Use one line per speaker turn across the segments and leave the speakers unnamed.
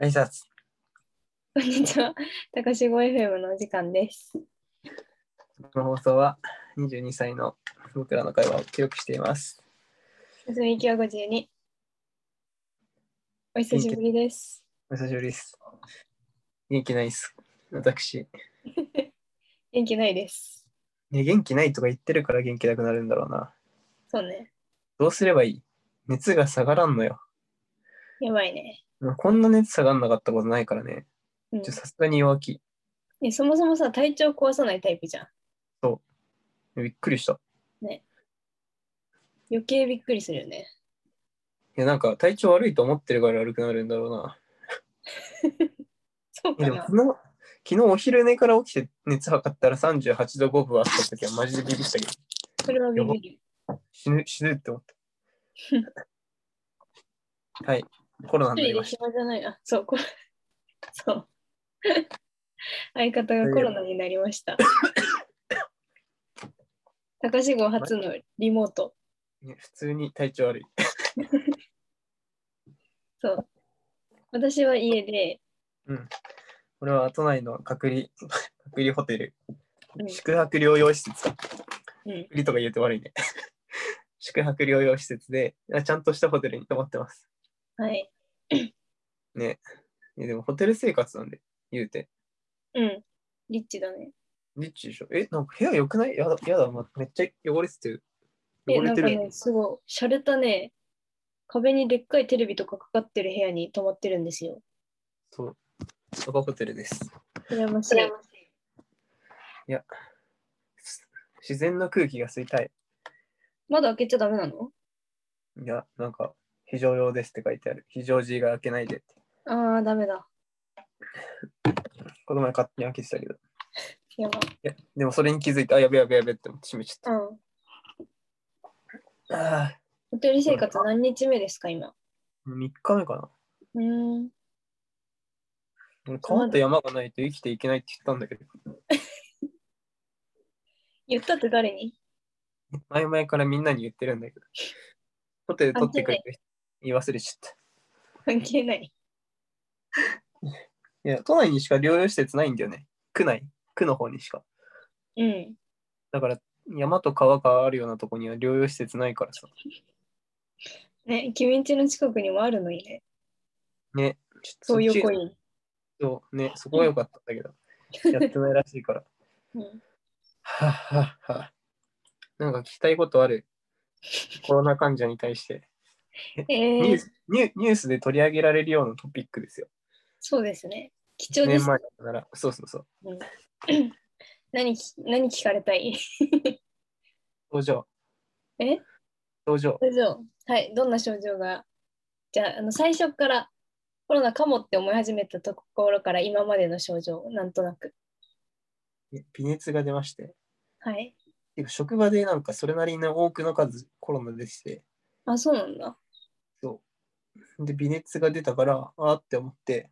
挨拶
こんにちは。高志語 FM のお時間です。
この放送は22歳の僕らの会話を記録しています。
鈴木は52。お久しぶりです。
お久しぶりです。元気ないっす。私、
元気ないです。
ね、元気ないとか言ってるから元気なくなるんだろうな。
そうね。
どうすればいい熱が下がらんのよ。
やばいね。
こんな熱下がんなかったことないからね。
うん
ちょさすがに弱気。
ねそもそもさ、体調壊さないタイプじゃん。
びっくりした。い
余計びっくりするよね。
や、なんか体調悪いと思ってるから悪くなるんだろうな。
そう
いや
か
でも
な。
昨日、昨日お昼寝から起きて熱測ったら38度5分あった時はマジでビビったけど、
それはビビる。
死ぬ、死ぬって思 った。はい、コロナに
一
なり
人で
ました。
暇じゃないな。そう、こそう。 相方がコロナになりま した。高志号初のリモート。
ね普通に体調悪い。
そう。私は家で、
これは都内の隔離、 隔離ホテル、
うん
宿泊療養施設か。
うん、
隔離とか言うと悪いね。 宿泊療養施設で、あちゃんとしたホテルに泊まってます。
はい。
いやでもホテル生活なんで、言うて。
うん。リッチだね。
リッチでしょ。え、なんか部屋良くないやだ、やだ、まめっちゃ汚れてる。
え、
汚
な
れ
ん
て
か
る。
ね、すごい、洒落たね、壁にでっかいテレビとかかかってる部屋に泊まってるんですよ。
そう。そばホテルです。
羨ましい。
自然の空気が吸いたい。
窓開けちゃダメなの
いや、なんか、非常用ですって書いてある。非常時が開けないでって。
ああ、ダメだ。
この前勝手に開けてたけど。い
やば。
や、でもそれに気づいて、あ、やべやべやべって思って閉めちゃっ
うん。
た。ああ、
ホテル生活何日目ですか、今。
3日目かな。
うーん。
俺、川と山がないと生きていけないって言ったんだけど、
言ったって誰に
前々からみんなに言ってるんだけど、ホテル取ってくれって言い忘れちゃった。
関係ない。
いや、都内にしか療養施設ないんだよね。区内、区の方にしか。
うん。
だから、山と川があるようなとこには療養施設ないからさ。
ね、君んちの近くにもあるのにね。
ね、ちょっ
そうい
と
うコイン。
そうね、そこは良かったんだけど、やってないらしいから。
うん。
はっはっは。 なんか聞きたいことある。コロナ患者に対してニ
え
ュ
ー
ー、スニューニュースで取り上げられるようなトピックですよ。
そうですね。貴
1
重で
年
す。
前なら、そうそうそう。
何き、何聞かれたい
登場。
え
登場。
症状はい、どんな症状がじゃああの最初からコロナかもって思い始めたところから今までの症状なんとなく
ね微熱が出まして。
はい
てか職場でなんかそれなりの多くの数コロナでして、
あそうなんだ
そう。で、微熱が出たから、あーって思って、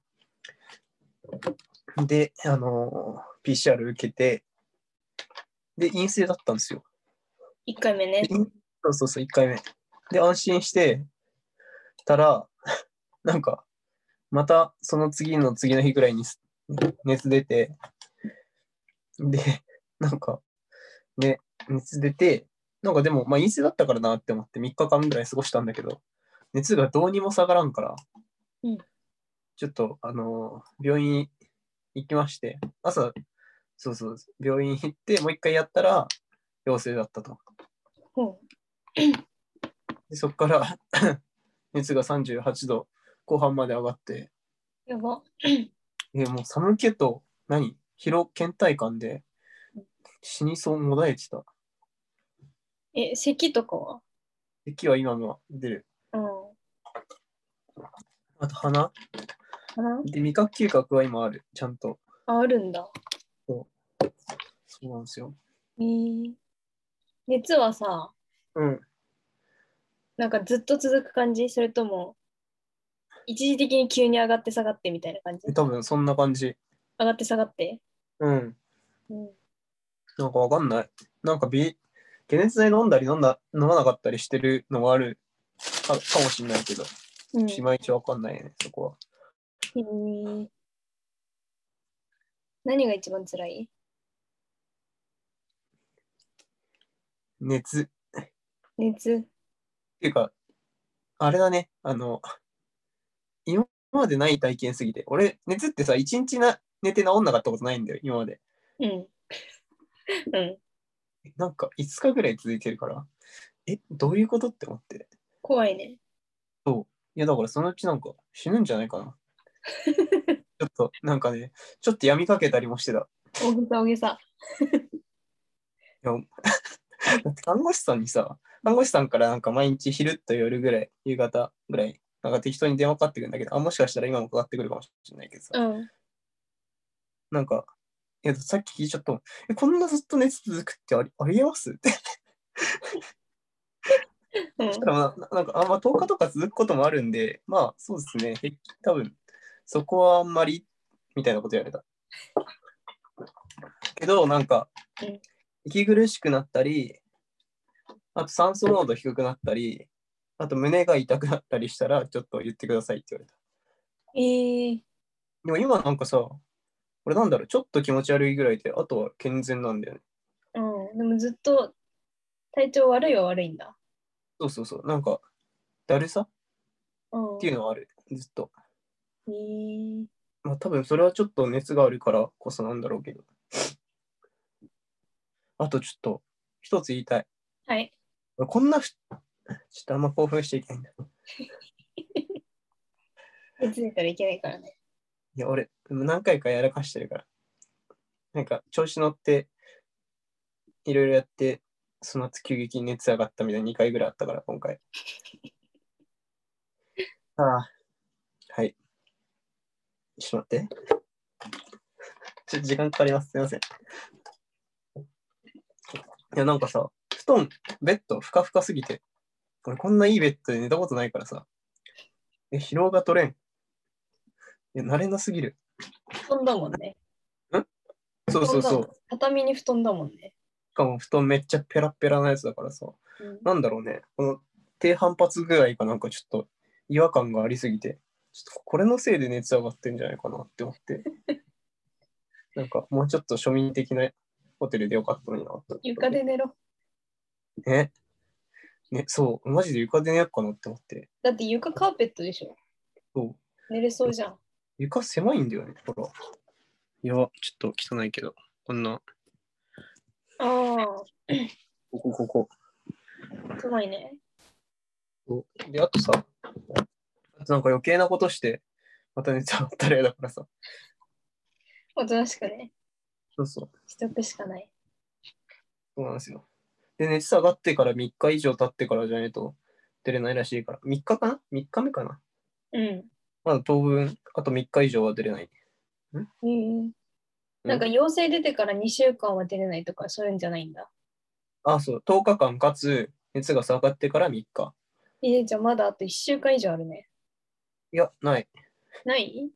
で、あのー PCR 受けて、で、陰性だったんですよ。
1回目ね
でそうそうそう、1回目。で、安心してたら、 なんか、またその次の次の日ぐらいにす熱出て、で、なんか、ね、熱出て、なんかでも、まあ陰性だったからなって思って3日間ぐらい過ごしたんだけど、熱がどうにも下がらんから、
うん
ちょっと、あのー病院行きまして、朝、そうそう、病院行って、もう一回やったら、陽性だったと。
ほ
でそこから 熱が38度後半まで上がって、
うやば
えもう寒気と何疲労倦怠感で死にそうもだえてた。
え咳とかは
息は今も出る。
うん
あと鼻
鼻
で味覚嗅覚は今ある。ちゃんと。
ああるんだ
そうなんですよ。
えー、熱はさ
うん。
なんかずっと続く感じそれとも一時的に急に上がって下がってみたいな感じ
で多分そんな感じ。
上がって下がって
うん。
うん
なんかわかんない。なんか微解熱剤飲んだり飲んだ飲まなかったりしてるのもあるかかもしれないけど、
うん
いまいちわかんないね、そこは。
へえ何が一番辛い
熱。っ
熱
ていうか、あれだね、あの、今までない体験すぎて、俺、熱ってさ、一日な寝て治んなかったことないんだよ、今まで。
うん うん
なんか、5日ぐらい続いてるから、え、どういうことって思って。
怖いね
いや、だからそのうちなんか死ぬんじゃないかな。ちょっと、なんかね、ちょっと病みかけたりもしてた。
大げさ大げさ
だって看護師さんにさ、看護師さんからなんか毎日昼と夜ぐらい、夕方ぐらい、なんか適当に電話かかってくるんだけど、あ、もしかしたら今もかかってくるかもしれないけどさ、
うん
なんか、いや、さっき聞いちゃったもん。え、こんなずっと熱続くってありありえますって。
うん
しかもな、なんか、あまあ、10日とか続くこともあるんで、まあ、そうですね、平気多分そこはあんまり、みたいなこと言われた。けど、なんか
うん、
息苦しくなったり、あと酸素濃度低くなったり、あと胸が痛くなったりしたら、ちょっと言ってくださいって言われた。
ええ
でも今なんかさ、俺なんだろう、ちょっと気持ち悪いぐらいで、あとは健全なんだよね。
うんでもずっと体調悪いは悪いんだ
そうそうそう、なんか、だるさっ
うん
ていうのはある、ずっと。
ええ
まあ多分それはちょっと熱があるからこそなんだろうけど。あとちょっと、一つ言いたい。
はい
こんなふ、ちょっとあんま興奮しちゃいけないんだ。
熱出たらいけないからね
いや、俺、何回かやらかしてるから。なんか、調子乗って、いろいろやって、その後急激に熱上がったみたいな2回ぐらいあったから、今回。ああ、はい。ちょっと待って。ちょっと時間かかります。すいません。いや、なんかさ、布団、ベッド、ふかふかすぎて、俺こんないいベッドで寝たことないからさ、え疲労が取れん。いや、慣れなすぎる。
布団だもんね
そうそうそう。
畳に布団だもんね、
しかも布団めっちゃペラペラなやつだからさ、
うん
なんだろうね、この低反発具合がなんかちょっと違和感がありすぎて、ちょっとこれのせいで熱上がってんじゃないかなって思って、 なんかもうちょっと庶民的なホテルでよかったのになと。
床で寝ろ
ね。ね、そう、マジで床で寝ようかなって思って、
だって床カーペットでしょ
そう、
寝れそうじゃん
床狭いんだよね、ほら。いや、ちょっと汚いけど、こんな、
あ
ここ、ここ。
あすごいね
そうで、あとさ、あとなんか余計なことして、また寝ちゃったら嫌だからさ。
おとなしくね
そうそう。
しとくしかない
そうなんですよ。で、熱下がってから3日以上経ってからじゃないと出れないらしいから。3日かな ?3 日目かな
うん
まだ当分、あと3日以上は出れない。
ええなんか陽性出てから2週間は出れないとかそういうんじゃないんだ。
あ、そう、10日間かつ、熱が下がってから3日。
ええじゃあまだあと1週間以上あるね。
いや、ない。
ない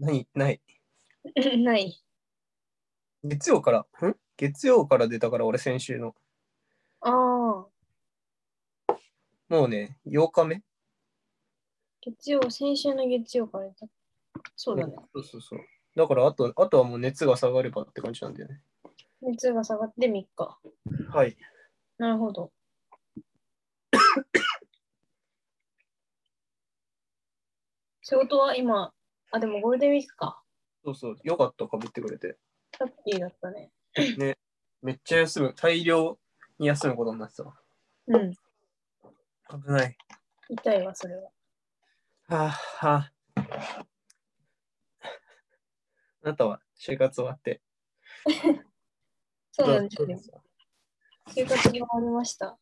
ない、ない。
ない。
月曜から、ん月曜から出たから俺先週の。
ああ、
もうね、8日目
月曜、先週の月曜からだ。そうだね。
そうそうそう。だからあと、あとはもう熱が下がればって感じなんだよね。
熱が下がって3日。
はい。
なるほ ど。仕事は今、あ、でもゴールデンウィークか。
そうそう、よかった、かぶってくれて。
さっきだったね。
めっちゃ休む、大量に休むことになってたわ。
うん。
危ない。
痛いわ、それは。
はあ、はあ。あなたは就活終わって。
そうなんです
ど
よ。就活が終わりました。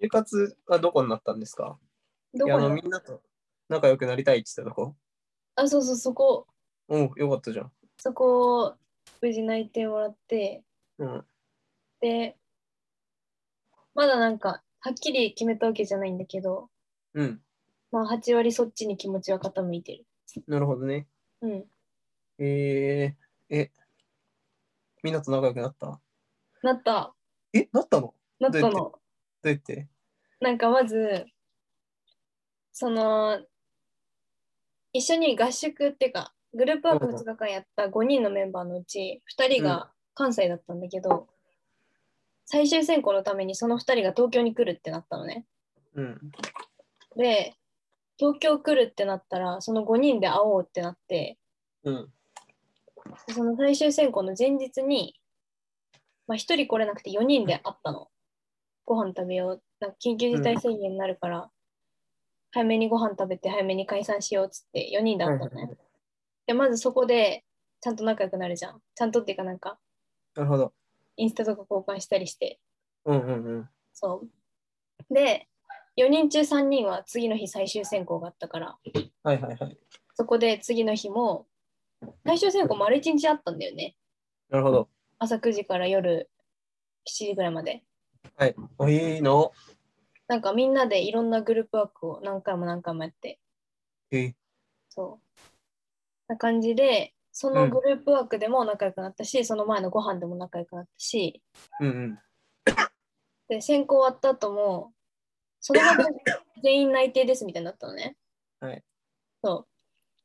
就活はどこになったんですか
ど
いやあ
こ
の
だ
みんなと仲良くなりたいって言ってたとこ。
あ、そうそう、そこ。
おうよかったじゃん。
そこを無事内定もらって、
うん。
で、まだなんか、はっきり決めたわけじゃないんだけど、
うん。
まあ、8割そっちに気持ちは傾いてる。
なるほどね。
うん。
えー、え、みんなと仲良くなった
なった。
え、なったのど
なった
どうや
の。
うやって
なんか、まず、その、一緒に合宿っていうか、グループワーク2日間やった5人のメンバーのうち、2人が関西だったんだけど、最終選考のためにその2人が東京に来るってなったのね。
うん。
で、東京来るってなったら、その5人で会おうってなって、
うん。
その最終選考の前日に、まあ、1人来れなくて4人で会ったの。ご飯食べよう。なんか緊急事態宣言になるから、早めにご飯食べて早めに解散しようっつって4人で会ったのね。で、まずそこでちゃんと仲良くなるじゃん。ちゃんとっていうかなんか、
なるほど。
インスタとか交換したりして。
うんうんうん。
そう。で、4人中3人は次の日最終選考があったから、
はいはいはい。
そこで次の日も、最終選考丸1日あったんだよね。
なるほど。
朝9時から夜7時ぐらいまで。
おいいの。
なんかみんなでいろんなグループワークを何回も何回もやって、
え
そう。な感じで、そのグループワークでも仲良くなったし、その前のご飯でも仲良くなったし、
うんうん。
で、選考終わった後も、その場で全員内定ですみたいになったのね。
はい。
そ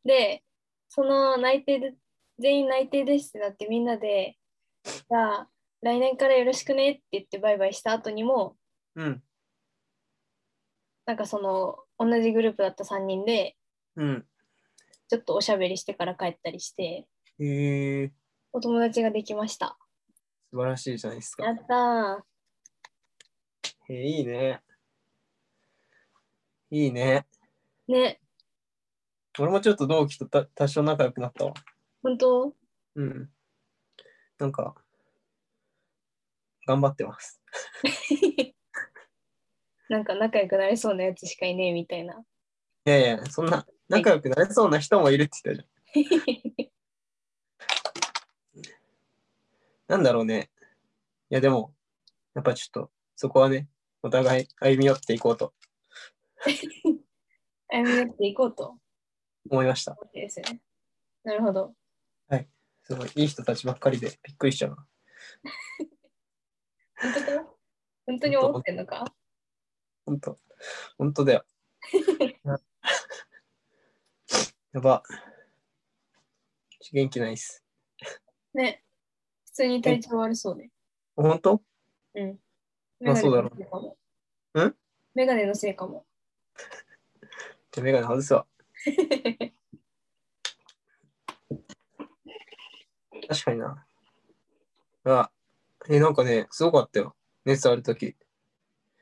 う。で、その内定で、全員内定ですってなってみんなで、じゃあ来年からよろしくねって言ってバイバイした後にも、
うん。
なんかその同じグループだった3人で
うん。
ちょっとおしゃべりしてから帰ったりして
へえ
お友達ができました。
素晴らしいじゃないです
や
か
っ。たー
えいいね。いいね。
ね、
俺もちょっと同期とた多少仲良くなったわ。
本当
うん。なんか、頑張ってます。
なんか仲良くなれそうなやつしかいねえみたいな。
いやいや、そんな、仲良くなれそうな人もいるって言ったじゃん。なんだろうね。いや、でも、やっぱちょっと、そこはね、お互い歩み寄っていこうと
歩み寄っていこうと
思いました。
思ってですね。なるほど。
すごい、いい人たちばっかりでびっくりしちゃうな。
本当か本当に思ってんのか
ほんと、ほんとだよ。やば。元気ないっす。
ね。普通に体調悪そうで。
ほんと
うん。
まあそうだろ
メガネのせいか
うん
も。メガネのせいかも。
じゃあメガネ外す わ。確かにな。あ、え、なんかね、すごかったよ。熱あるとき。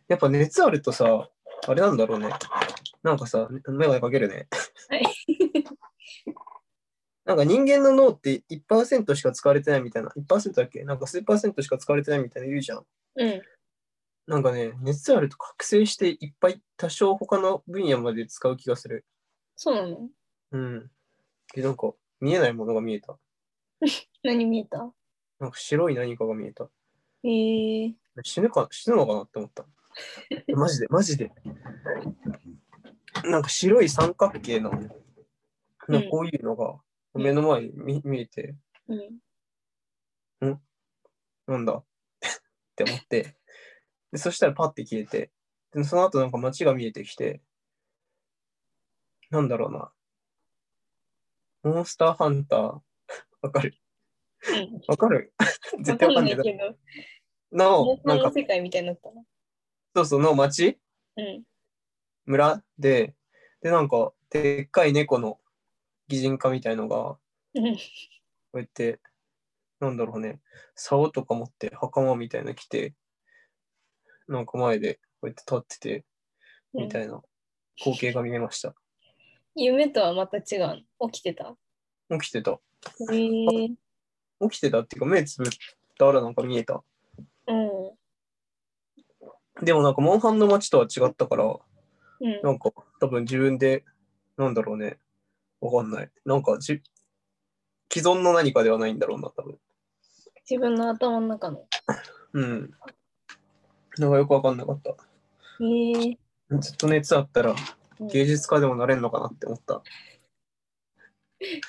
やっぱ熱あるとさ、あれなんだろうね。なんかさ、メガネかけるね。
はい。
なんか人間の脳って1%しか使われてないみたいな。1%だっけなんか数パーセントしか使われてないみたいな言うじゃん。
うん。
なんかね、熱あると覚醒していっぱい多少他の分野まで使う気がする。
そうなの
うん。で、なんか見えないものが見えた。
何見えた
なんか白い何かが見えた。
えー、
死ぬか、死ぬのかなって思った。マジで、マジで。なんか白い三角形の、なんかこういうのが
うん
目の前に見,、見えて、
うん。
なんだ って思って、でそしたらパッて消えて、でその後なんか街が見えてきて、なんだろうな。モンスターハンター、わかる
うん
わかる 絶対わかんないけど。
けど、
の
モ、
なん
の
か、
世界みたいになったな。
そうそう、の街
うん。
村で、で、なんか、でっかい猫の擬人化みたいのが、こ
うん
うやって、なんだろうね、竿とか持って、袴みたいなの着て、なんか前で、こうやって立ってて、みたいな光景が見えました。
夢とはまた違う。起きてた。
起きてた。
へえ
起きてたっていうか、目つぶったらなんか見えた。
うん。
でもなんか、モンハンの街とは違ったから、
うん
なんか、多分自分で、なんだろうね、わかんない。なんかじ、既存の何かではないんだろうな、多分。
自分の頭の中の。
うん。なんかよくわかんなかった。
へえ
ずっと熱あったら
うん
芸術家でもなれるのかなって思った。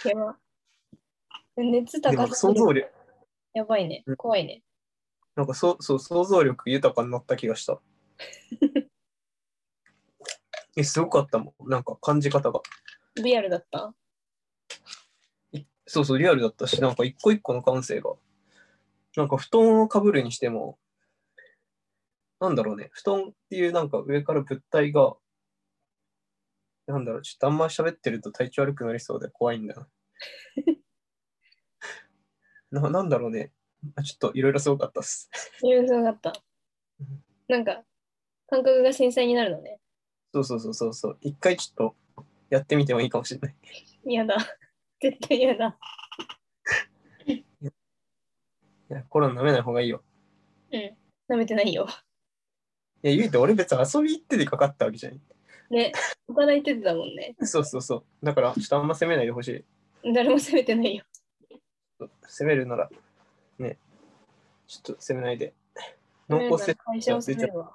やば。熱
で
高
も
く
想像力、
やばいね
うん。
怖いね。
なんかそうそう想像力豊かになった気がした。え、すごかったもん。なんか感じ方が。
リアルだった
そうそう、リアルだったし、なんか一個一個の感性が。なんか布団をかぶるにしても、なんだろうね、布団っていうなんか上から物体が、なんだろう、ちょっとあんま喋ってると体調悪くなりそうで怖いんだよ な。ななんだろうね、あちょっといろいろすごかったっす。
いろいろそうだった。なんか、感覚が繊細になるのね。
そうそうそうそうそう、一回ちょっとやってみてもいいかもしれない。
嫌だ。 絶対嫌だ。
いやコロナ舐めない方がいいよ。
うん。舐めてないよ。
いや、言うて俺別に遊び行ってでかかったわけじゃん。
ね、お金言ってたもんね。
そうそうそう。だから、ちょっとあんま責めないでほしい。
誰も責めてないよ。
攻めるなら、ね、ちょっと攻めないで。濃厚接
会社を責めるわ。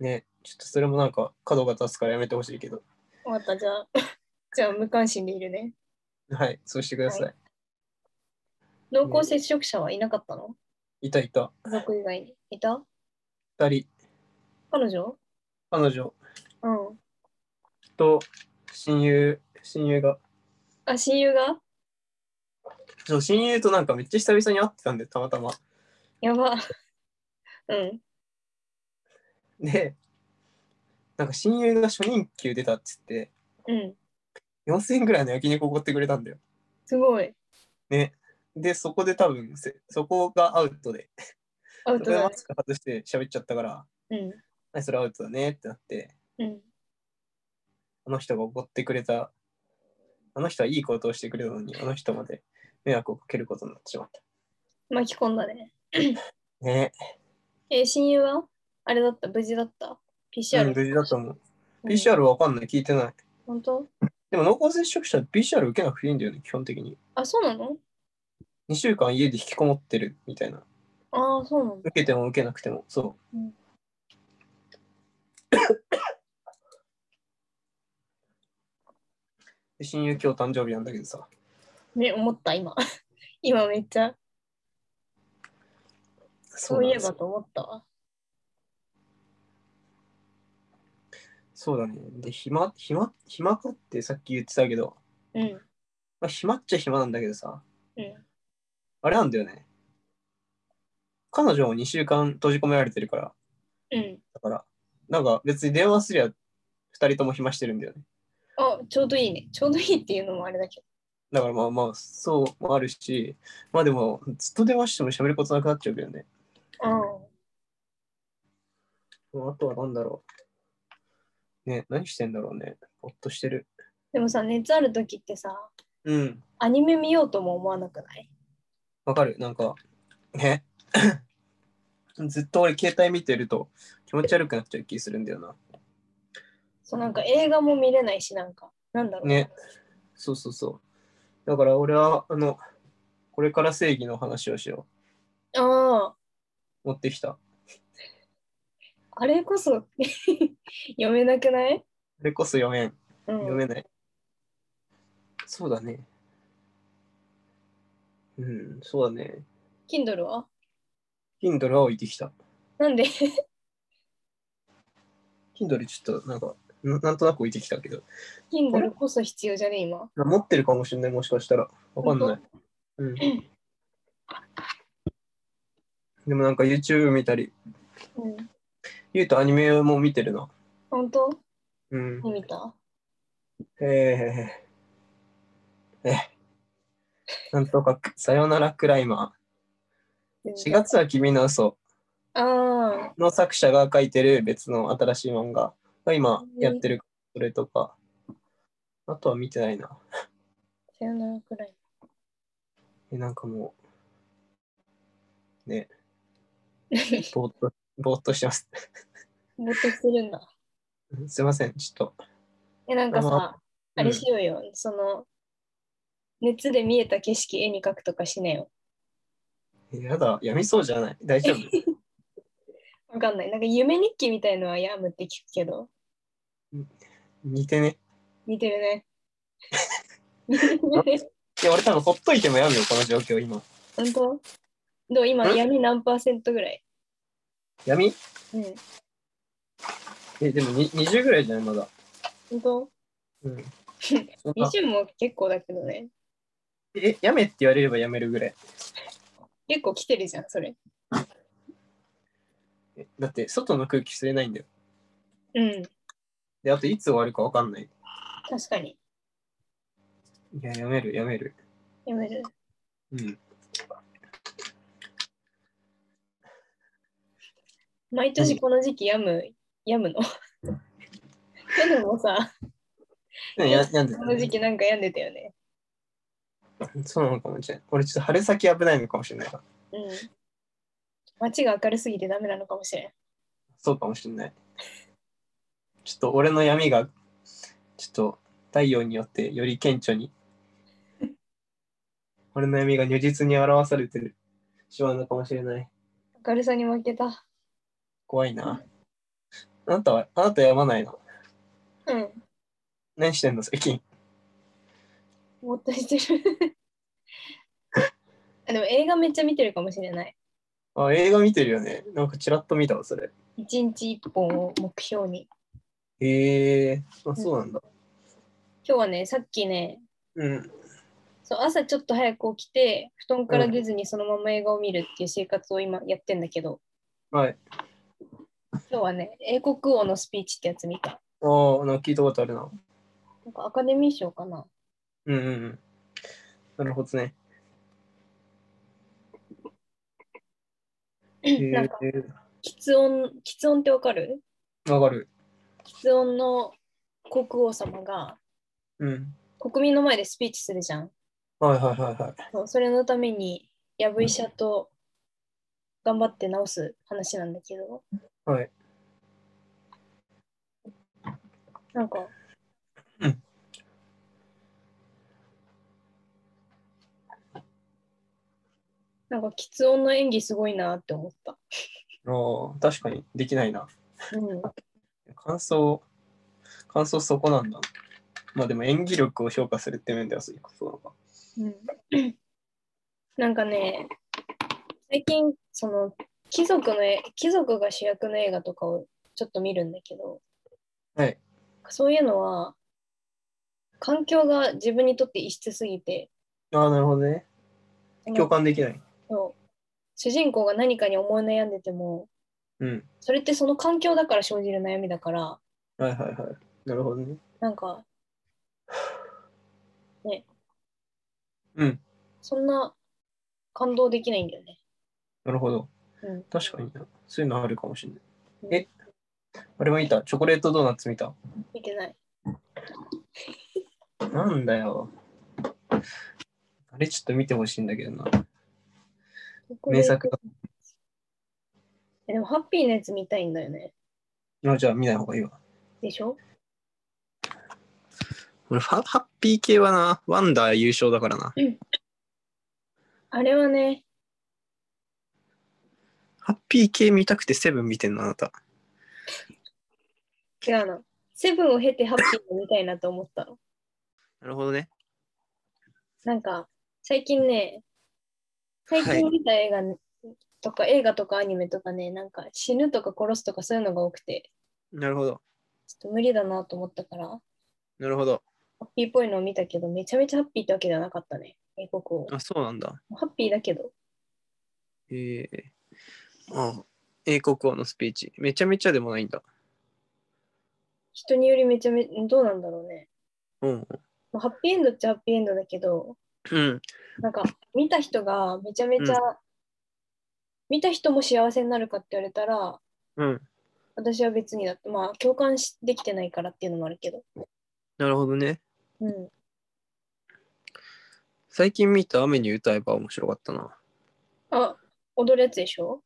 ね、ちょっとそれもなんか角が立つからやめてほしいけど、
わかった、じゃあ。 じゃあ、無関心でいるね。
はい、そうしてください。
は濃厚接触者はいなかったの
い、たいた、
僕以外に。いた
2人、
彼女
彼女
うん。
と親友、親友が、
あ、親友が
そう親友となんかめっちゃ久々に会ってたんで、たまたま。
やば。 うん。
で、なんか親友が初任給出たっつって、
うん。
4000円ぐらいの焼肉をおごってくれたんだよ。
すごい。
ね。で、そこで多分、せそこがアウトで、
アウ
そこ
ト
で
だ
マ。スク外して喋っちゃったから、
うん。
はい、それアウトだねってなって、
うん。
あの人が怒ってくれた、あの人はいいことをしてくれたのに、あの人まで迷惑をかけることになってしまった。
巻き込んだね。
ね
えー親友はあれだった無事だった ?PCR?
うん、無事だと思う。
うん
PCR わかんない、聞いてない。
本当
でも濃厚接触者は PCR 受けなくていいんだよね、基本的に。
あ、そうなの
2週間家で引きこもってるみたいな。
ああ、そうなんだ。
受けても受けなくても、そう。
うん
で親友今日誕生日なんだけどさ。
ね、思った、今。 今めっちゃ、そういえばと思ったわ。
そうだね。で、暇、暇、暇かってさっき言ってたけど、
うん。
まあ、暇っちゃ暇なんだけどさ、
うん。
あれなんだよね。彼女も2週間閉じ込められてるから、
うん。
だから、なんか別に電話すりゃ2人とも暇してるんだよね。
あ、ちょうどいいね。ちょうどいいっていうのもあれだけ
だからまあまあ、そうもあるし、まあでも、ずっと電話しても喋ることなくなっちゃうけどね。
ど。うん。
あとはなんだろう。ね、何してんだろうね。ぼっとしてる。
でもさ、熱ある時ってさ、
うん、
アニメ見ようとも思わなくない
わかる。なんか、ね。 ずっと俺携帯見てると気持ち悪くなっちゃう気するんだよな。
そう、なんか映画も見れないし、なんか、なんだろう。
ね。そうそうそう。だから俺は、あの、これから正義の話をしよ
ああ、
う。持ってきた。こ
あれこそ 読めなくない
れこそ読めん。
うん。
読めない。そうだね。うん、そうだね。
Kindle は
Kindle は置いてきた。
なんで
Kindle ちょっとなんか、ななんとなく置いてきたけど。
Kindle こそ必要じゃね今。
持ってるかもしれない、もしかしたら。わかんない。うん。でもなんか YouTube 見たり、
うん。
ゆうとアニメも見てるな。
本当
うん。
見た
ええええなんとかく、さよならクライマー。4月は君の嘘
ああ、
の作者が書いてる別の新しい漫画が今やってる、それとか。あとは見てないな。
さよならくらい。
え、なんかもう、 ね、ぼーっと、ぼーっとしてます。
ぼーっとしてるんだ。
すいません、ちょっと。
え、なんか
あま
さ、あれしようよ。その、熱で見えた景色絵に描くとかしねよ。
うんやだ、やみそうじゃない。大 丈夫。
わかんない。なんか夢日記みたいのはやむって聞くけど、
似てね。
似てる ね。似てるね
いや、俺多分ほっといてもやむよ、この状況、今。
本当どう今、
うん
闇何パーセントぐらい
闇
うん。
え、でもに20ぐらいじゃない、まだ。
本当
うん。そん な
20も結構だけどね。
え、やめって言われればやめるぐらい。
結構来てるじゃん、それ。
えだって、外の空気吸えないんだよ。
うん、
で、あと、いつ終わるかわかんない。
確かに。
いや、やめる、やめる。
やめる。
うん。
毎年この時期やむ、やむの。去年もさ、
ややんで
こ
た
の時
ね、
期なんか病んでたよね。
そうなのかもしれない。俺、ちょっと春先危ないのかもしれないから。
うん。街が明るすぎてダメなのかもしれん。
そうかもしれない。ちょっと、俺の闇が、ちょっと、太陽によってより顕著に、俺の闇が如実に表されてる。しまうのかもしれない。
明るさに負けた。
怖いな。あなたは、あなたやまないの。
うん。
何してんの、最近。
ぼーっとしてる。 あでも映画めっちゃ見てるかもしれない。
あ、映画見てるよね。なんかちらっと見たわ、それ。
一日一本を目標に。
へえあ、そうなんだ。
今日はね、さっきね、
うん。
そう朝ちょっと早く起きて、布団から出ずにそのまま映画を見るっていう生活を今やってんだけど、
はい。
今日はね、英国王のスピーチってやつ見た。
ああ、なんか聞いたことあるな。
なんかアカデミー賞かな。
うんうんうん。なるほどね。へえ
なんか喫音、喫音ってわかる
わかる。
喫音の国王様が
うん。
国民の前でスピーチするじゃん。
はいはいはいはい。
そうそれのために、やぶ医者と頑張って治す話なんだけど、
はい。
なんか、
うん
なんか、き音の演技すごいなって思った。
ああ、確かにできないな。
うん、
感想、感想そこなんだ。まあでも演技力を評価するって面ではそういうことなのか。
うん、なんかね、最近、その、貴族の絵、貴族が主役の映画とかをちょっと見るんだけど、
はい。
そういうのは、環境が自分にとって異質すぎて、
ああ、なるほどね。
あの
共感できない。
そう主人公が何かに思い悩んでても、
うん。
それってその環境だから生じる悩みだから、
はいはいはい。なるほどね。
なんか、
うん。
そんな感動できないんだよね。
なるほど。
うん、
確かにな。そういうのあるかもしれ
うん
ない。え俺も見た。チョコレートドーナツ見た。
見てない。
なんだよ。あれちょっと見てほしいんだけどな。名作だ
えでも、ハッピーなやつ見たいんだよね。
あじゃあ見ない方がいいわ。
でしょ
俺ハ、ハッピー系はな、ワンダー優勝だからな。
あれはね、
ハッピー系見たくてセブン見てんの、あなた。
違うの。セブンを経てハッピーを見たいなと思ったの。
なるほどね。
なんか、最近ね、最
は
近見た映画とか、映画とかアニメとかね、なんか死ぬとか殺すとかそういうのが多くて、
なるほど。
ちょっと無理だなと思ったから、ハ
なるほど。
ッピーっぽいのを見たけど、めちゃめちゃハッピーってわけじゃなかったね、英国王。
あ、そうなんだ。
ハッピーだけど、
ええああ英国王のスピーチ。めちゃめちゃでもないんだ。
人によりめちゃめどうなんだろうね。
うん。
まあハッピーエンドっちゃハッピーエンドだけど、
うん。
なんか見た人がめちゃめちゃ、見た人も幸せになるかって言われたら、
うん。
私は別にだって、まあ共感しできてないからっていうのもあるけど。
なるほどね。
うん。
最近見た雨に歌えば面白かったな。
あ、踊るやつでしょ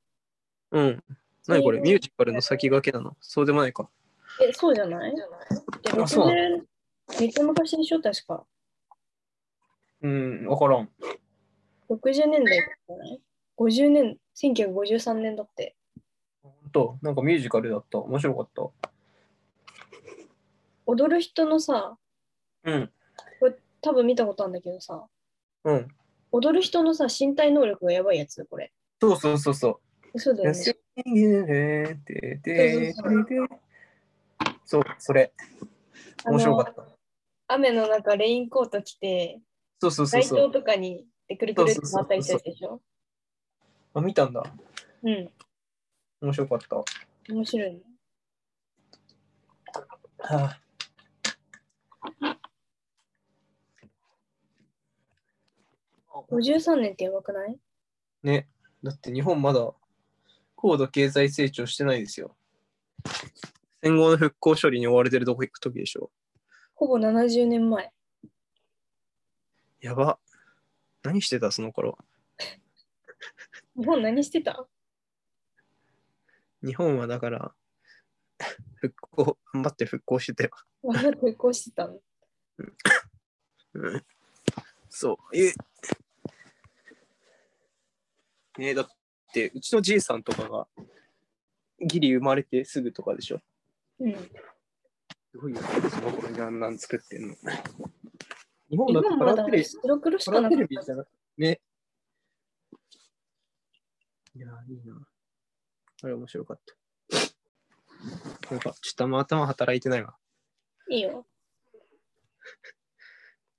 うん。何これ
そうい
ミ
う
ュージカルの先駆けなのそうでもないか。
え、そうじゃないえ、
あそう
60めっちゃ昔でしょ確か。
うん、わからん。
60年代じゃない ?50 年、1953年だって。
本当なんかミュージカルだった。面白かっ
踊る人のさ、
た。うん。
多分見たことあるんだけどさ、
うん。
踊る人のさ、身体能力がやばいやつ、これ。
そうそうそうそう。
そうだよね。
そう、それ。面白かった。
雨の中レインコート着て、
そうそうそう
街
そ
灯
う。
とかにでくるくるって回ったりするでしょ。
あ、見たんだ。
うん、
面白かった。は
面白いね。
あ、
53年ってやばくない
ね。だって日本まだ高度経済成長してないですよ。戦後の復興処理に追われてるとこ行く時でしょ。
ほぼ70年前。
やば。何してたその頃。
日本何してた
日本はだから、 復興、頑張って復興してたよ。
わざと結婚してたの。
うんそう。え。ねえ、だって、うちのじいさんとかが、ギリ生まれてすぐとかでしょ。
うん。
すごいよね、その頃にあんなん作ってんの。日本だって
今
パ
ま
ラ
だ
テレビ、
白黒し
パ
か
ラ
なか
テレ
っ
ビ
た。
じゃなくて、ね。いやー、いいな。あれ面白かった。なんか、ちょっとあんま頭働いてないわ。
いいよ。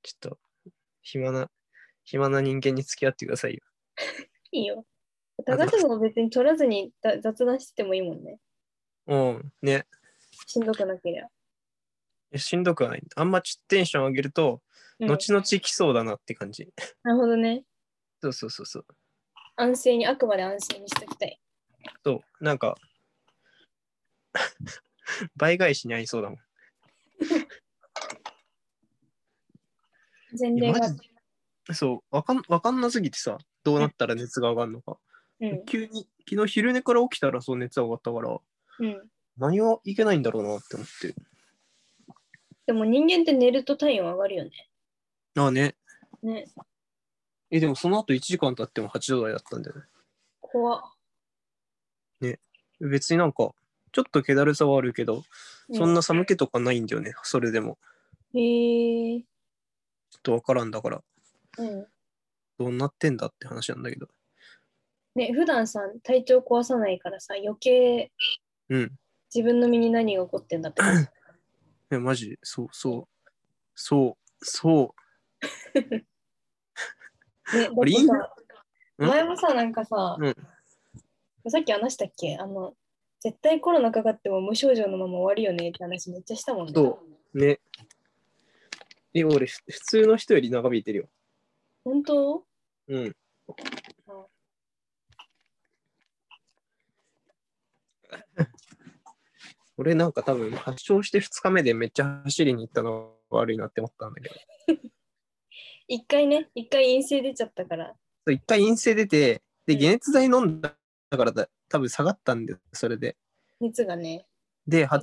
ちょっと、暇な、暇な人間に付き合ってくださいよ。
いいよ。高瀬も別に取らずにだ雑談しててもいいもんね。
うん、ね。
しんどくなけりゃ。
いやしんどくはない。あんまちょっとテンション上げると、
うん
後々来そうだなって感じ。
なるほどね。
そうそうそうそう。
安静に、あくまで安静にしておきたい。
そう、なんか、 倍返しに合いそうだもん。
前例
いや
が
マ。そう、わかんわかんなすぎてさ、どうなったら熱が上がるのか。
うん。
急に、昨日昼寝から起きたらそう熱上がったから、
うん。
何がいけないんだろうなって思って。
でも人間って寝ると体温上がるよね。
ああね。
ね。
え、でもその後1時間経っても8度台だったんだよね。
怖っ。
別になんか、ちょっと気だるさはあるけど、
う
そんな寒気とかないんだよね、それでも。
へえー。
ちょっとわからんだから、
うん。
どうなってんだって話なんだけど。
ね、普段さ、体調壊さないからさ、余計
うん。
自分の身に何が起こってんだって感じ。
え、マジ、そうそう。そう、そ
ね、だっ
あれ
て
インフ
さ
うん
前もさ、なんかさ、
うん
さっき話したっけあの、絶対コロナかかっても無症状のまま終わるよねって話めっちゃしたもんね。
そうう。ね。え、俺、ふ普通の人より長引いてるよ。
本当
うん。 俺なんか多分発症して2日目でめっちゃ走りに行ったのが悪いなって思ったんだけど。
一回ね、一回陰性出ちゃったから。
そう一回陰性出て、で、
うん
解熱剤飲んだからだ多分下がったんだよ、それで。
熱がね。
で、8、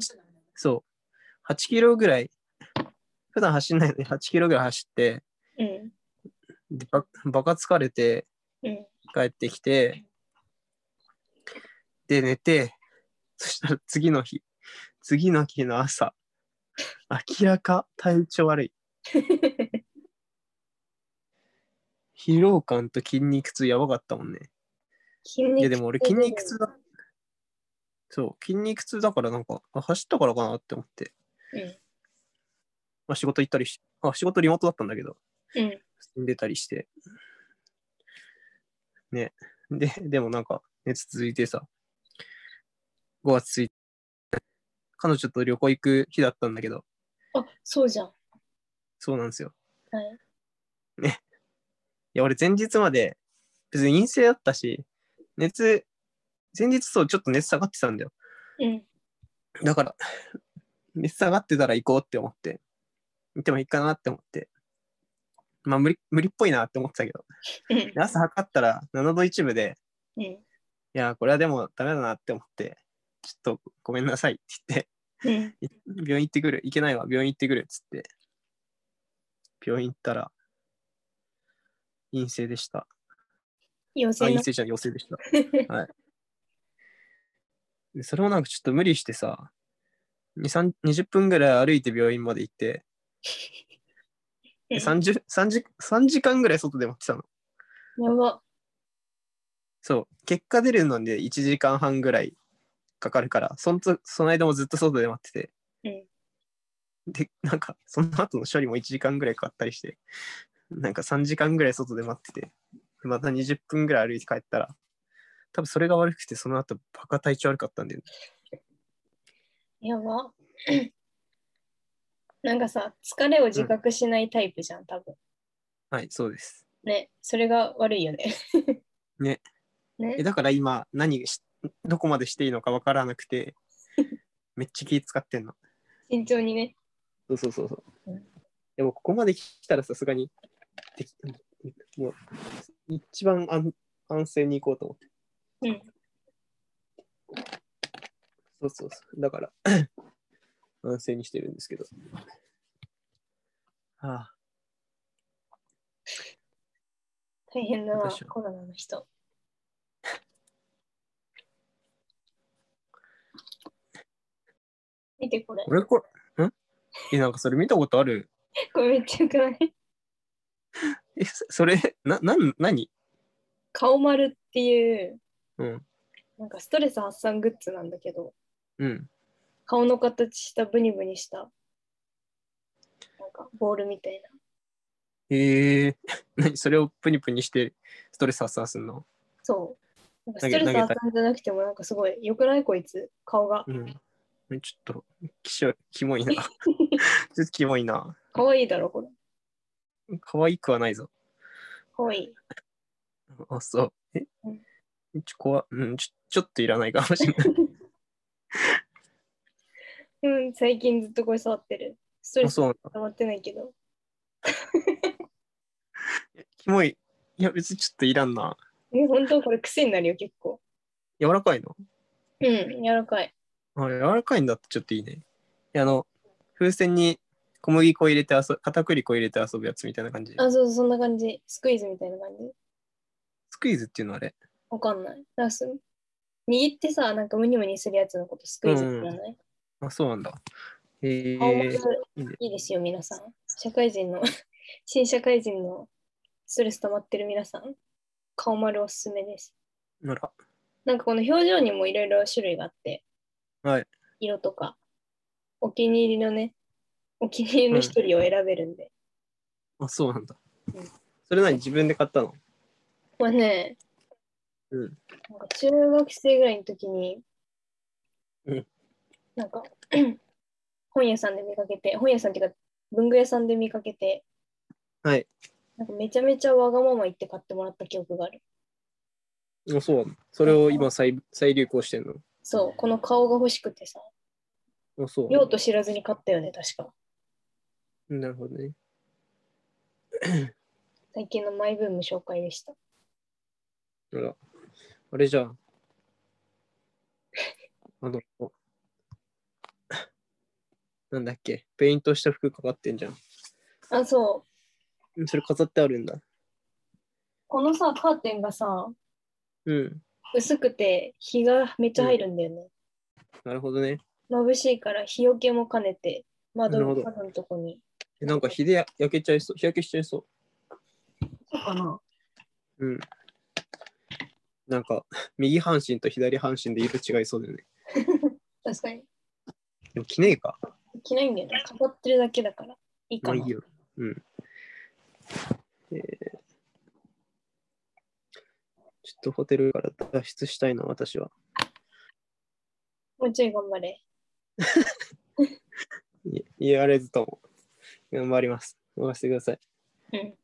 そう、8キロぐらい、普段走んないのに8キロぐらい走って、
うん。
でばバカ疲れて、
うん。
帰ってきて、で、寝て、そしたら次の日、次の日の朝、明らか体調悪い。疲労感と筋肉痛やばかったもんね。
筋
いや、
肉
でも俺筋肉痛だ。そう、筋肉痛だからなんか、あ走ったからかなって思って。
うん
まあ仕事行ったりし、あ、仕事リモートだったんだけど、
うん。
死んでたりして。ね。で、でもなんか、熱続いてさ、5月1日、彼女と旅行行く日だったんだけど、
あ、そうじゃん。は
そうなんですよ。
い。
いや、俺前日まで、別に陰性だったし、熱、前日そう、ちょっと熱下がってたんだよ。
うん。
だから、 熱下がってたら行こうって思って、行ってもいいかなって思って、まあ無理、無理っぽいなって思ってたけど、
うん
で。朝測ったら7度1分で、
うん。
いやー、これはでもダメだなって思って、ちょっとごめんなさいって
うん。
言って、い病院行ってくる、行けないわ、病院行ってくるっつって、病院行ったら、陰性でした。
陽
あ、
性
陰
な。
性じゃん、陽性でした。はい。でそれもなんかちょっと無理してさ、2 3 20分ぐらい歩いて病院まで行って、
うん
で 30, 30 3時間ぐらい外で待ってたの。
やば。
そう、結果出るので1時間半ぐらいかかるから、そんつその間もずっと外で待ってて。
うん
で、なんか、その後の処理も1時間ぐらいかかったりして、なんか3時間ぐらい外で待ってて、また20分ぐらい歩いて帰ったら、多分それが悪くて、その後バカ体調悪かったんだよね。
やば。 なんかさ、疲れを自覚しないタイプじゃん、多分。
はい、そうです。
ね、それが悪いよね。
ね。
ね
え、だから今、何し、どこまでしていいのかわからなく て、めっちゃ気使ってんの。
慎重にね。
そうそうそうそう
うん。
でもここまで来たらさすがにできもう一番安安静に行こうと思って。
うん
そうそうそう。だから、 安静にしてるんですけど。ああ、
大変だ
ど
な
うしよ、う
コロナの人。 見てこれ。
俺これ、んえ、なんかそれ見たことある
これめっちゃくない
え、そそれ、な、なん、何
顔丸っていう、
うん、
なんかストレス発散グッズなんだけど、
うん。
顔の形したブニブニした、なんかボールみたいな。
へえ、 何それをプニプニしてストレス発散するの
そう。なんか
投
ス
げ
トレス発散じゃなくても、なんかすごい、よくないこいつ、顔が。
うん。えちょっと、きしょキモい な。ちょっとキモいな。
かわいいだろ、これ。
可愛くはないぞ。
かわいい。
あ、そう。え
うん
ちょ、怖うん、ちょ、ちょっといらないかもしれない。
うん、最近ずっとこれ触ってる。ストレ
あ、
ス
そうなんだ。
溜まってないけど。
キモい。いや、別にちょっといらんな。
え、本当これ癖になるよ、結構。
柔らかいの
うん、柔らかい。
あ、柔らかいんだってちょっといいね。いやあの、風船に小麦粉入れて遊ぶ、片栗粉入れて遊ぶやつみたいな感じ。
あ、そうそう、そんな感じ。スクイーズみたいな感じ。
スクイーズっていうのあれ。
わかんない。なんかす握ってさ、なんかムニムニするやつのことスクイーズって言わない、
あ、そうなんだ。へえ
顔丸
いいね
いいですよ、皆さん。社会人の、 新社会人のストレス溜まってる皆さん、顔丸おすすめです。
なら。
なんかこの表情にもいろいろ種類があって、
はい
色とか、お気に入りのね、お気に入りの一人を選べるんで。
あ、そうなんだ
うん。
それ何自分で買ったの
まあね、
うん
なんか中学生ぐらいの時に、
うん
なんか 本屋さんで見かけて、本屋さんっていうか文具屋さんで見かけて、
はい。
なんかめちゃめちゃわがまま言って買ってもらった記憶がある。
あ、そうなの。それを今再再流行してんの。
そう、この顔が欲しくてさ、
あ、そうなんだ
用途知らずに買ったよね、確か。
うんなるほどね。
最近のマイブーム紹介でした。
あら、あれじゃん。 あの、 なんだっけ、ペイントした服かかってんじゃん。
あ、そう。
それ飾ってあるんだ。
このさ、カーテンがさ、
うん、
薄くて日がめっちゃ入るんだよね。
なるほどね。
眩しいから日よけも兼ねて、窓
な
の
るほど
角のとこに。
えなんか日でや焼けちゃいそう、日焼けしちゃいそ
そうかな
う。うん。なんか、 右半身と左半身で色違いそうだよね。
確かに。
でも着ねえか。
着ないんだよね。飾ってるだけだから。いい
ま
か
あい
な。
いよ。うん。えーちょっとホテルから脱出したいな、私は。
もうちょい頑張れ。
いやれずとも。頑張ります。任せてください。
うん。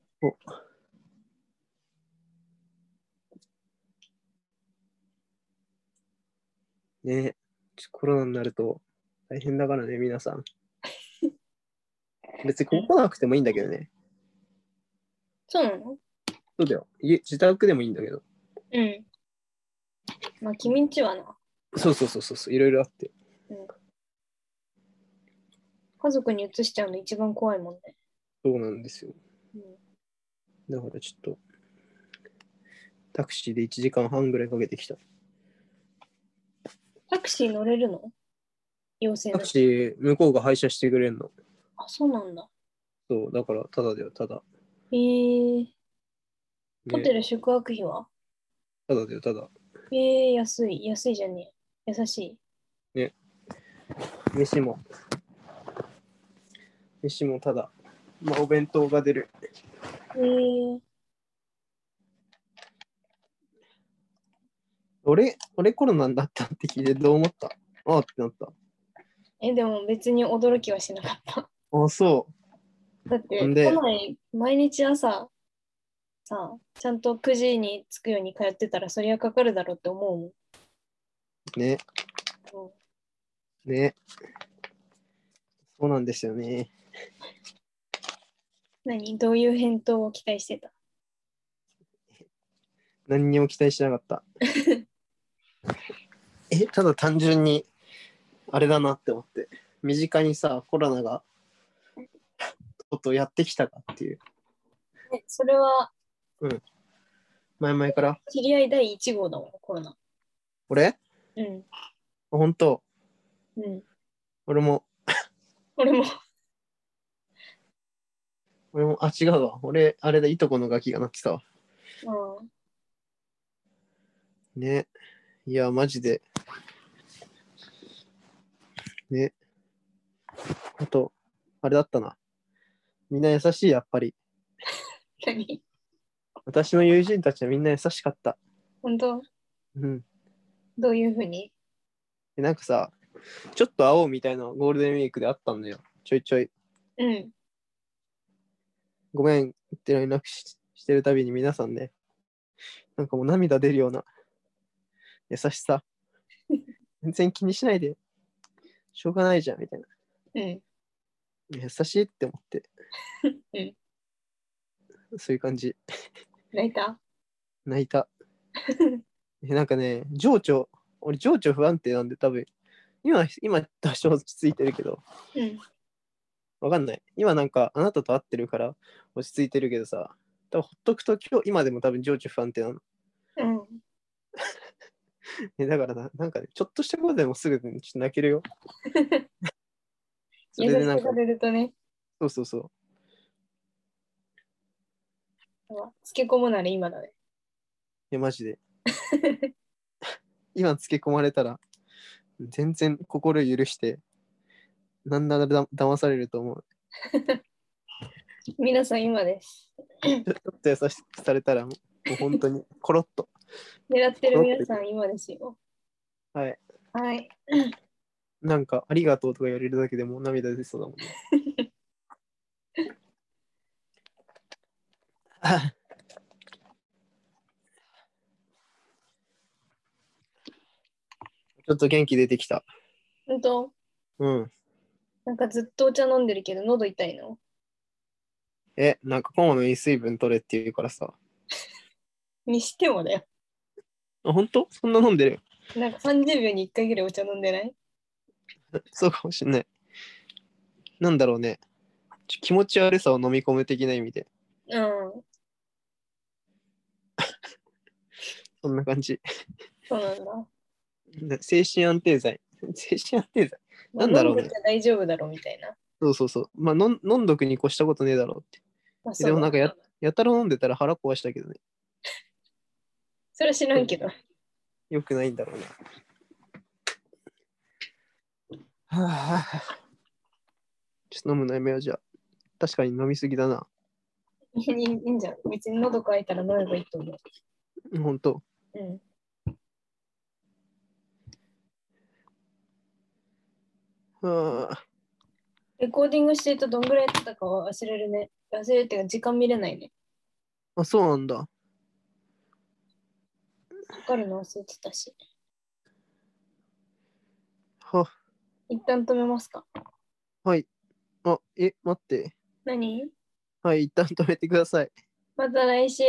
ねちょコロナになると大変だからね、皆さん。別にここ来なくてもいいんだけどね。
そうなの
そうだよ。家自宅でもいいんだけど。
うん。まあ、君んちはな。
そうそうそうそうそう、いろいろあって。
家族に移しちゃうの一番怖いもんね。
そうなんですよ。
うん、
だからちょっと、タクシーで1時間半ぐらいかけてきた。
タクシー乗れるの陽性
タ
だ
ク。シー、向こうが配車してくれるの。
あ、そうなんだ。
そう、だから、ただだよ、ただ。
へえホテ
ね、
ル宿泊費は
ただだよ、ただ。
へえ安い。安いじゃねえ。優しい。
飯も。飯もただ、まあ、お弁当が出る。
えー、
俺、俺コロナになったって聞いてどう思ったああってなった。
え、でも別に驚きはしなかった。
あそ
だって、
ほ
都
んで
内毎日朝さ、ちゃんと9時に着くように通ってたら、そりゃかかるだろうって思うもん。
う。ね、
うん
ね。そうなんですよね。
何どういう返答を期待してた
何にも期待しなか った。え、ただ単純に、あれだなって思って。身近にさ、コロナが、とうとうやってきたかっていう。
えそれは
前々から。
知り合い第1号だもん、コロナ。
俺
うん。
本当
うん。
俺も、
俺も。
俺も、あ、違うわ。俺、あれだ、いとこのガキがなってたわ。
うん。
ね。いや、マジで。ね。あと、あれだったな。みんな優しい、やっぱり。
何
私の友人たちはみんな優しかった。
本当
うん。
どういうふうに
でなんかさ、ちょっと会おうみたいなゴールデンウィークであったんだよ。ちょいちょい。
うん。
ごめんって連絡ししてるたびに皆さんね、なんかもう涙出るような優しさ。全然気にしないで、しょうがないじゃんみたいな。
うん。
優しいって思って。そういう感じ。
泣いた
泣いた。えなんかね、情緒、俺情緒不安定なんで多分、今、今多少落ち着いてるけど、
うん。
わかんない。今なんかあなたと会ってるから落ち着いてるけどさ、多分ほっとくと今日、今でも多分情緒不安定なの。
うん。
えだからな、なんかね、ちょっとしたことでもすぐにちょっと泣け るよ。そ
優
れで
し
な
く
んか
さ、れるとね、
そうそうそう。
つけ込むなら今だね。
いや、マジ で。今、つけ込まれたら、全然心許して、なんならだ騙されると 思う。
皆さん今です。
ちょちょっと優しくされたらもう、もう本当に、コロッと。
狙ってる皆さん今ですよ。
はい。
はい。
なんか、ありがとうとか言われるだけでもう涙出そうだもんね。 あちょっと元気出てきた。
本当
うん。
なんかずっとお茶飲んでるけど喉痛いの。
え、なんか、こまめに水分取れって言うからさ。
にしてもだよ。
あ、本当そんな飲んでる
なんか30秒に1回ぐらいお茶飲んでない
そうかもしんない。なんだろうね。ちょ気持ち悪さを飲み込む的な意味で。
うん。
そんな感じ。
そうなんだ。
な精神安定剤。 精神安定剤。
まあ
なんだろうね
飲でちゃ大丈夫だろうみたいな。
そうそうそう。まあ、飲ん飲んどくに越したことねえだろうって。
まあ、
でもなんかややたら飲んでたら腹壊したけどね。
それは知らんけど。
よくないんだろうね。はあ。ちょっと飲むのやめようじゃあ。確かに飲みすぎだな。
いいいいんじゃん。別に喉乾いたら飲めばいいと思う。
ほんと。
うん。
はあ。
レコーディングしてるとどんぐらいやってたかは忘れるね。忘れるっていうか時間見れないね。
あ、そうなんだ。
測るの忘れてたし。
は、
一旦止めますか。
はい。あ、え、待って。
何
はい、一旦止めてください。
また来週。